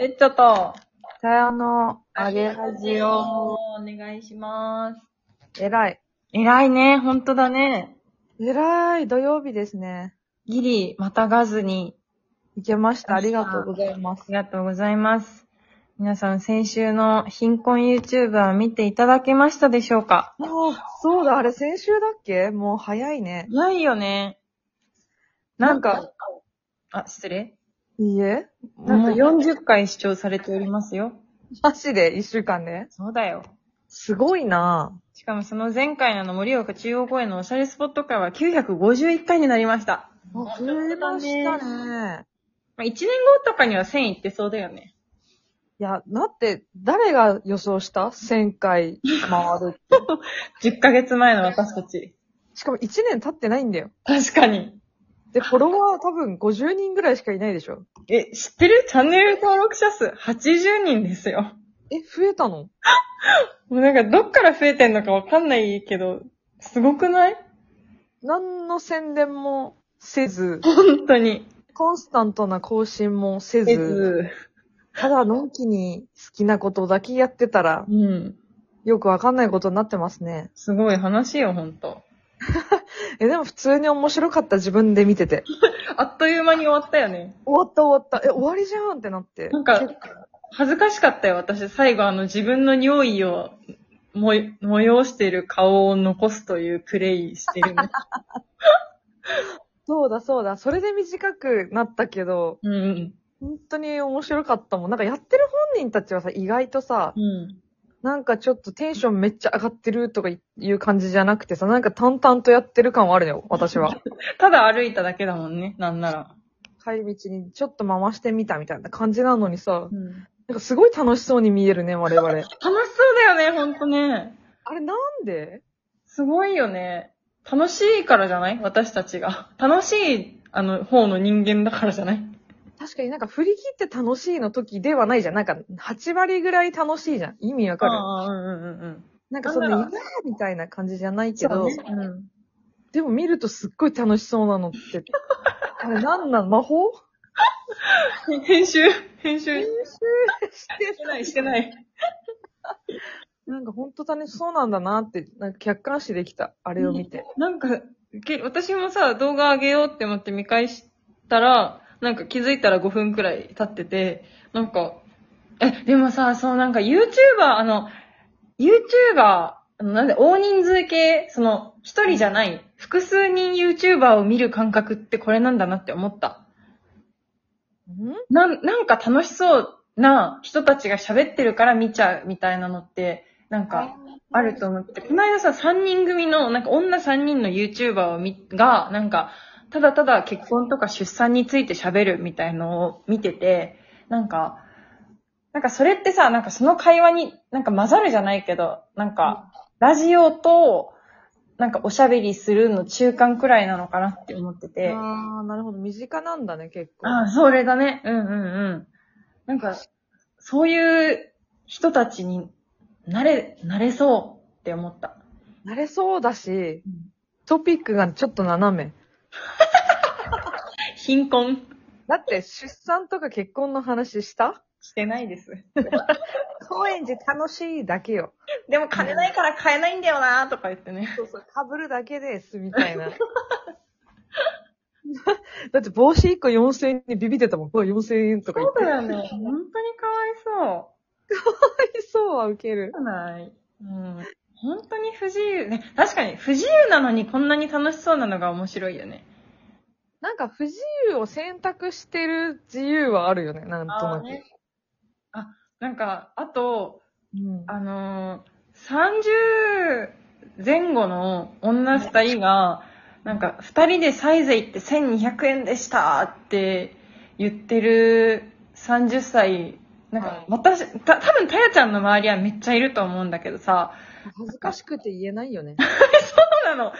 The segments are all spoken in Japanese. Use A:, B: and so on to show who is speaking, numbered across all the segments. A: えっちょっと、
B: さやの、あげはじを。
A: お願いします。
B: えらい。
A: 偉いね、本当だね。
B: えらい、土曜日ですね。
A: ギリ、またがずに、
B: いけました。ありがとうございま
A: あ
B: す。
A: りがとうございます。皆さん、先週の貧困 YouTuber 見ていただけましたでしょうか
B: ああ、そうだ、あれ先週だっけもう早いね。
A: ないよね。なんか、あ、失礼。
B: いいえ。
A: なんと
B: よ、
A: 40回視聴されておりますよ。
B: マジで一週間ね。
A: そうだよ。
B: すごいな
A: しかもその前回のあの盛岡中央公園のおしゃれスポット会は951回になりました。
B: ぁ。あ増えましたね。
A: まあ、1年後とかには1000いってそうだよね。
B: いや、だって、誰が予想した ?1000 回回るって。
A: 10ヶ月前の私たち。
B: しかも1年経ってないんだよ。
A: 確かに。
B: で、フォロワーは多分50人ぐらいしかいないでしょ。
A: え、知ってるチャンネル登録者数80人ですよ。
B: え、増えたの
A: もうなんかどっから増えてんのかわかんないけど、すごくない
B: 何の宣伝もせず。
A: 本当に。
B: コンスタントな更新もせず、
A: えず。
B: ただのんきに好きなことだけやってたら、
A: うん。
B: よくわかんないことになってますね。
A: すごい話よ、本当
B: え、でも普通に面白かった自分で見てて。
A: あっという間に終わったよね。
B: 終わった終わった。え、終わりじゃんってなって。
A: なんか、恥ずかしかったよ、私。最後、あの、自分の尿意を、も、催してる顔を残すというプレイして るね。
B: そうだそうだ。それで短くなったけど、
A: うんうん。
B: 本当に面白かったもん。なんかやってる本人たちはさ、意外とさ、
A: うん。
B: なんかちょっとテンションめっちゃ上がってるとかいう感じじゃなくてさ、なんか淡々とやってる感はあるのよ、私は。
A: ただ歩いただけだもんね、なんなら。
B: 帰り道にちょっと回してみたみたいな感じなのにさ、
A: うん、
B: なんかすごい楽しそうに見える ね、我々。
A: 楽しそうだよね、ほんとね。
B: あれなんです
A: ごいよね。楽しいからじゃない私たちが。楽しい、あの、方の人間だからじゃない
B: 確かになんか振り切って楽しいの時ではないじゃん。なんか8割ぐらい楽しいじゃん。意味わかる
A: ああ、うんうんうんうん。
B: なんかその、い
A: な
B: や
A: ん
B: ー
A: だ
B: みたいな感じじゃないけ
A: けど、う
B: ど、
A: ん。
B: でも見るとすっごい楽しそうな のって。あれなんなの魔法
A: 編集、編集し
B: して
A: てない、してない。
B: なんかほんと楽しそうなんだなって、なんか客観視できた。あれを見て。
A: なんか、け私もさ、動画上げようって思って見返したら、なんか気づいたら5分くらい経ってて、なんか、え、でもさ、そうなんか YouTuber、あの、YouTuber、あのなんで、大人数系、その、一人じゃない、複数人 YouTuber を見る感覚ってこれなんだなって思った。
B: ん
A: なん、なんか楽しそうな人たちが喋ってるから見ちゃうみたいなのって、なんか、あると思って、この間さ、3人組の、なんか女3人の YouTuber を見、が、なんか、ただただ結婚とか出産について喋るみたいのを見てて、なんか、なんかそれってさ、なんかその会話に、なんか混ざるじゃないけど、なんか、ラジオと、なんかおしゃべりするの中間くらいなのかなって思ってて。
B: ああ、なるほど。身近なんだね、結構。
A: ああ、それだね。うんうんうん。なんか、そういう人たちになれ、なれそうって思った。
B: 慣れそうだし
A: うん、
B: トピックがちょっと斜め。
A: 貧困
B: だって、出産とか結婚の話した
A: してないです。
B: 高円寺楽しいだけよ。
A: でも金ないから買えないんだよなーとか言ってね。
B: そうそう、被るだけです、みたい な。だって帽子1個4000円にビビってたもん。うわ4000円とか言って。
A: よね。本当にかわいそ
B: そうはウケる
A: う。。ない。うん。本当に不自由。ね、確かに不自由なのにこんなに楽しそうなのが面白いよね。
B: なんか不自由を選択してる自由はあるよね、なんとなく。
A: ね。あ、なんか、あと、
B: うん、
A: あのー、30前後の女二人が、なんか、二人でサイゼ行って1200円でしたって言ってる30歳、なん
B: は
A: か
B: い、
A: 私、た、多分たやちゃんの周りはめっちゃいると思うんだけどさ、
B: 恥ずかしくて言えないよね。
A: そうなの、え、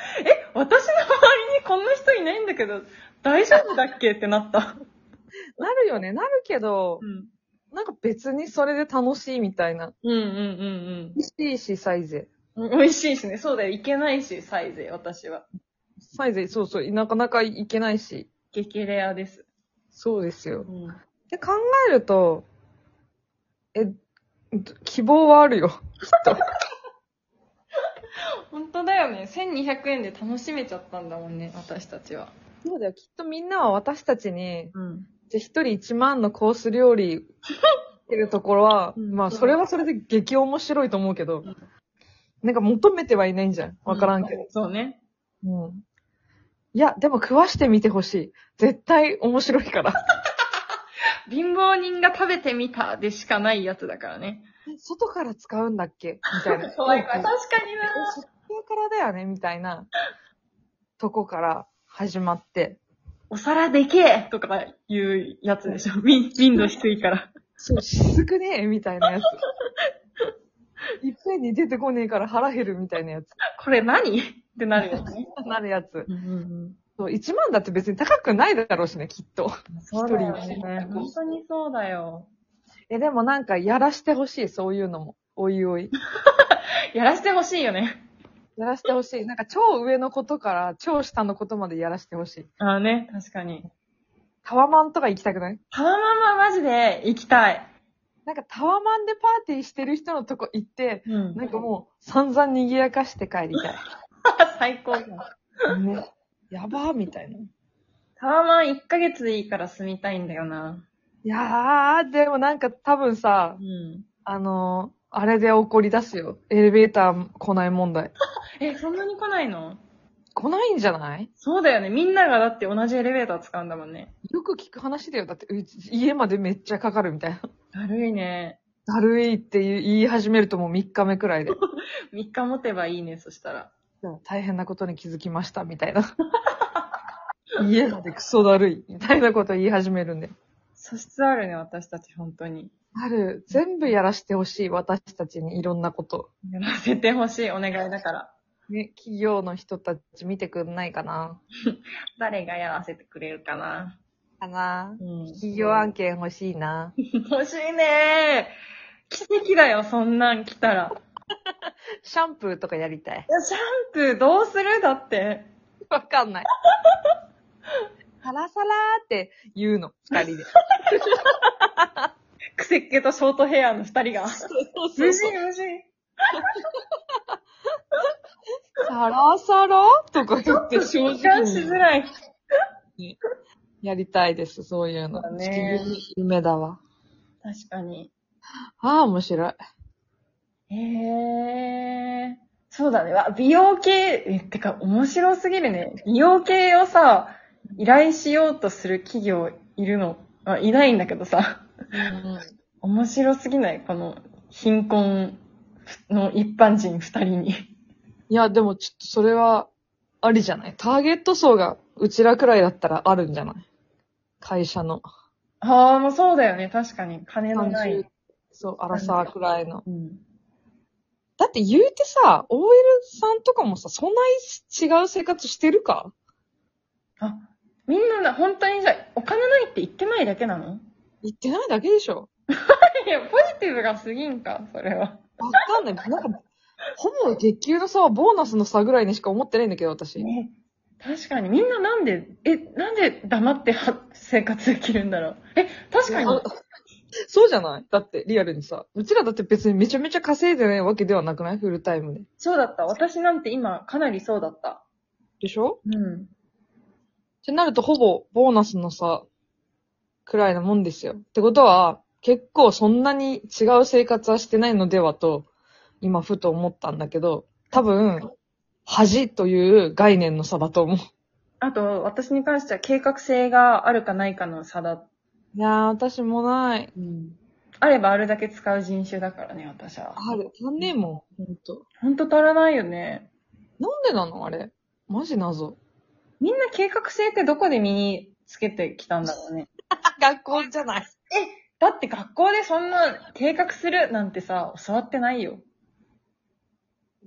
A: 私の周りにこんな人いないんだけど、大丈夫だっけってなった。
B: なるよね、なるけど
A: う、ん。
B: なんか別にそれで楽しいみたいな。
A: うんうんうん
B: 美味しいし、サイゼ。
A: うん。美味しいしね。そうだよ。行けないし、サイゼ、私は。
B: サイゼ、そうそう、なかなか行けないし。
A: 激レアです。
B: そうですよ。
A: うん。
B: で、考えると、え、希望はあるよ。
A: 本当だよね。1200円で楽しめちゃったんだもんね、私たちは。
B: そうだよ。きっとみんなは私たちに、
A: うん。
B: じゃあ一人1万のコース料理、ってるところは、
A: うん
B: まあ、それはそれで激面白いと思うけど、なんか求めてはいないんじゃん。わからんけど。
A: そうね。
B: うん。いや、でも食わしてみてほしい。絶対面白い から。
A: 貧乏人が食べてみたでしかないやつだからね。
B: 外から使うんだっけみたいな。
A: 怖い怖い。確かにな。
B: そっからだよねみたいなとこから始まって。
A: お皿でけえとかいうやつでしょ。 民民度低いから。
B: そう、しくねえみたいなやつ。いっぺんに出てこねえから腹減るみたいなやつ。
A: これ何ってなるよね。
B: なるやつ。
A: うんうん
B: そう、1万だって別に高くないだろうしね、きっと。
A: うん。そうだよ
B: 一人
A: ね。本当にそうだよ。
B: え、でもなんかやらしてほしい、そういうのも。おいおい。
A: やらしてほしいよね。
B: やらしてほしい。なんか超上のことから超下のことまでやらしてほしい。
A: ああね、確かに。
B: タワマンとか行きたくない
A: タワマンはマジで行きたい。
B: なんかタワマンでパーティーしてる人のとこ行って、
A: うん
B: なんかもう散々賑やかして帰りたい。
A: 最高じゃん。
B: ね。やばーみたいな。い
A: タワマン1ヶ月でいいから住みたいんだよな。
B: やー、でもなんか多分さ
A: う、ん。
B: あのー、あれで怒り出すよ。エレベーター来ない問題。
A: え、そんなに来ないの
B: 来ないんじゃない
A: そうだよね。みんながだって同じエレベーター使うんだもんね。
B: よく聞く話だよ。だって、うち家までめっちゃかかるみたいな。
A: だるいね。
B: だるいって言い言い始めるともう3日目くらいで。
A: 3日持てばいいね、そしたら。
B: 大変なことに気づきました、みたいな。 家までクソだるい、みたいなこと言い始めるんで。
A: 素質あるね、私たち、本当に。
B: ある、全部やらしてほしい、私たちにいろんなこと。
A: やらせてほしい、お願いだから。
B: ね、企業の人たち見てくんないかな
A: 誰がやらせてくれるかな。
B: かな
A: うん
B: 企業 案件欲しいな。
A: 欲しいね奇跡だよ、そんなん来たら。
B: シャンプーとかやりたい
A: い。や、シャンプーどうするだって。
B: わかんない。サラサラーって言うの、二人で。
A: クセっ気とショートヘアの二人が。無事無事。
B: サラサラとか言って正
A: 時間し
B: 直
A: づ
B: に
A: らい。
B: やりたいです、そういうの
A: そうだ。ね
B: 地球夢だわ。
A: 確かに。
B: ああ、面白い。
A: へえ。そうだね。わ、美容系、え、てか面白すぎるね。美容系をさ、依頼しようとする企業いるの、あ、いないんだけどさ。面白すぎないこの貧困の一般人二人に。
B: いや、でもちょっとそれは、ありじゃないターゲット層がうちらくらいだったらあるんじゃない会社の。
A: ああ、もうそうだよね。確かに。金のな
B: 30
A: い。
B: そう、アラサーくらいの。
A: うん。
B: だって言うてさ、OL さんとかもさ、そんなに違う生活してるか
A: あ、みんなな、本当にじゃあお金ないって言ってないだけなの
B: 言ってないだけでしょ
A: いや、ポジティブが過ぎんか、それは。
B: わかんない。なんか、ほぼ月給の差はボーナスの差ぐらいにしか思ってないんだけど、私。
A: ね。確かに。みんななんで、え、なんで黙っては生活できるんだろう。え、確かに。
B: あそうじゃないだって、リアルにさ。うちらだって別にめちゃめちゃ稼いでないわけではなくないフルタイムで。
A: そうだった。私なんて今、かなりそうだった。
B: でしょ
A: うん。
B: ってなると、ほぼ、ボーナスの差、くらいなもんですよ。ってことは、結構そんなに違う生活はしてないのではと、今、ふと思ったんだけど、多分、恥という概念の差だと思う。
A: あと、私に関しては計画性があるかないかの差だ
B: いやー、私もない。
A: あればあるだけ使う人種だからね、私は。
B: ある。足んねえもん。ほんと。
A: ほんと足らないよね。
B: なんでなのあれ。マジ謎。
A: みんな計画性ってどこで身につけてきたんだろうね。
B: 学校じゃない。
A: だって学校でそんな計画するなんてさ、教わってないよ。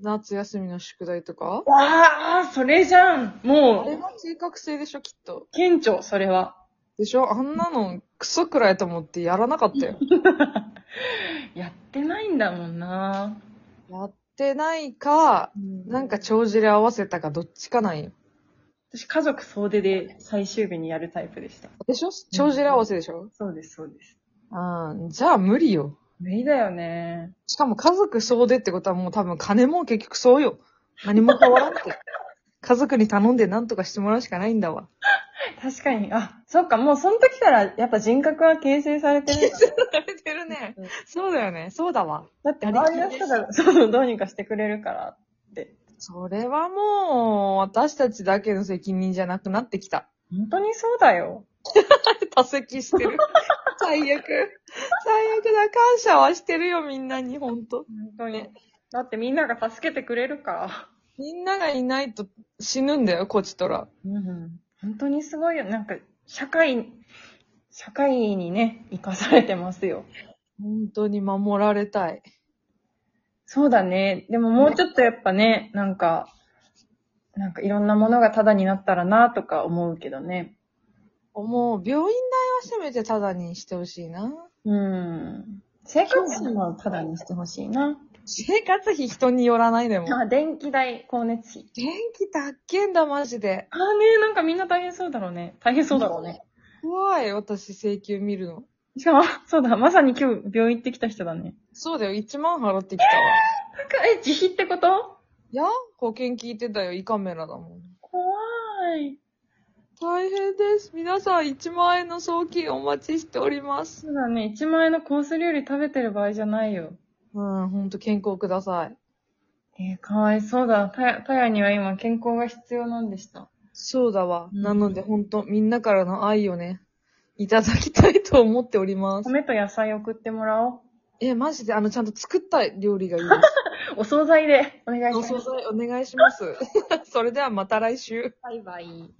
B: 夏休みの宿題とか
A: わあ、それじゃん
B: あれ
A: もう、
B: は計画性でしょ、きっと。
A: 顕著、それは。
B: でしょあんなの、クソくらいと思ってやらなかった よ。
A: やってないんだもんな。
B: やってないか、なんか、帳尻合わせたかどっちかなんよ。
A: 私家族総出で最終日にやるタイプでした。
B: でしょ帳尻合わせでしょ
A: そうです、そうです。
B: うん。じゃあ無理よ。
A: 無理だよね。
B: しかも家族総出ってことはもう多分金も結局そうよ。何も変わらん って。家族に頼んで何とかしてもらうしかないんだ わ。
A: 確かに。あ、そっか、もうその時からやっぱ人格は形成されてるんだね。
B: やめてるね。そうだよね。そうだわ。
A: だって周りの人が、そう、どうにかしてくれるからって。
B: それはもう、私たちだけの責任じゃなくなってきた。
A: 本当にそうだよ。
B: 多責してる。 最悪。最悪だ。感謝はしてるよ、みんなに、ほんと。
A: 本当に。だってみんなが助けてくれるから。
B: みんながいないと死ぬんだよ、こちとら。
A: うん。本当にすごいよ。なんか、社会、社会にね、生かされてますよ。
B: 本当に守られたい。
A: そうだね。でももうちょっとやっぱね、なんか、なんかいろんなものがタダになったらなとか思うけどね。
B: もう、病院代はせめてタダにしてほしいな。
A: うん。生活費もタダにしてほしいな。
B: 生活費人によらないでも。
A: あ、電気代、光熱費。
B: 電気たっけんだ、マジで。
A: ああね、なんかみんな大変そうだろうね。大変そうだろうね。
B: 怖い、私、請求見るの。
A: しかも、そうだ、まさに今日病院行ってきた人だね。
B: そうだよ、1万払ってきたわ。
A: え、自費ってこと
B: いや、保険聞いてたよ、胃カメラだもん。
A: 怖い。
B: 大変です。皆さん、1万円の送金お待ちしております。
A: そうだね、1万円のコース料理食べてる場合じゃないよ。
B: うん、ほんと健康ください。
A: えー、かわいそうだ。たや、たやには今健康が必要なんでした。
B: そうだわ。
A: うん
B: なので、ほんと、みんなからの愛をね、いただきたいと思っております。
A: 米と野菜送ってもらおう。
B: え、マジで、あの、ちゃんと作った料理がいいです。
A: お惣菜でお願いし
B: お
A: ます。
B: 惣菜お願いします。それではまた来週。
A: バイバイ。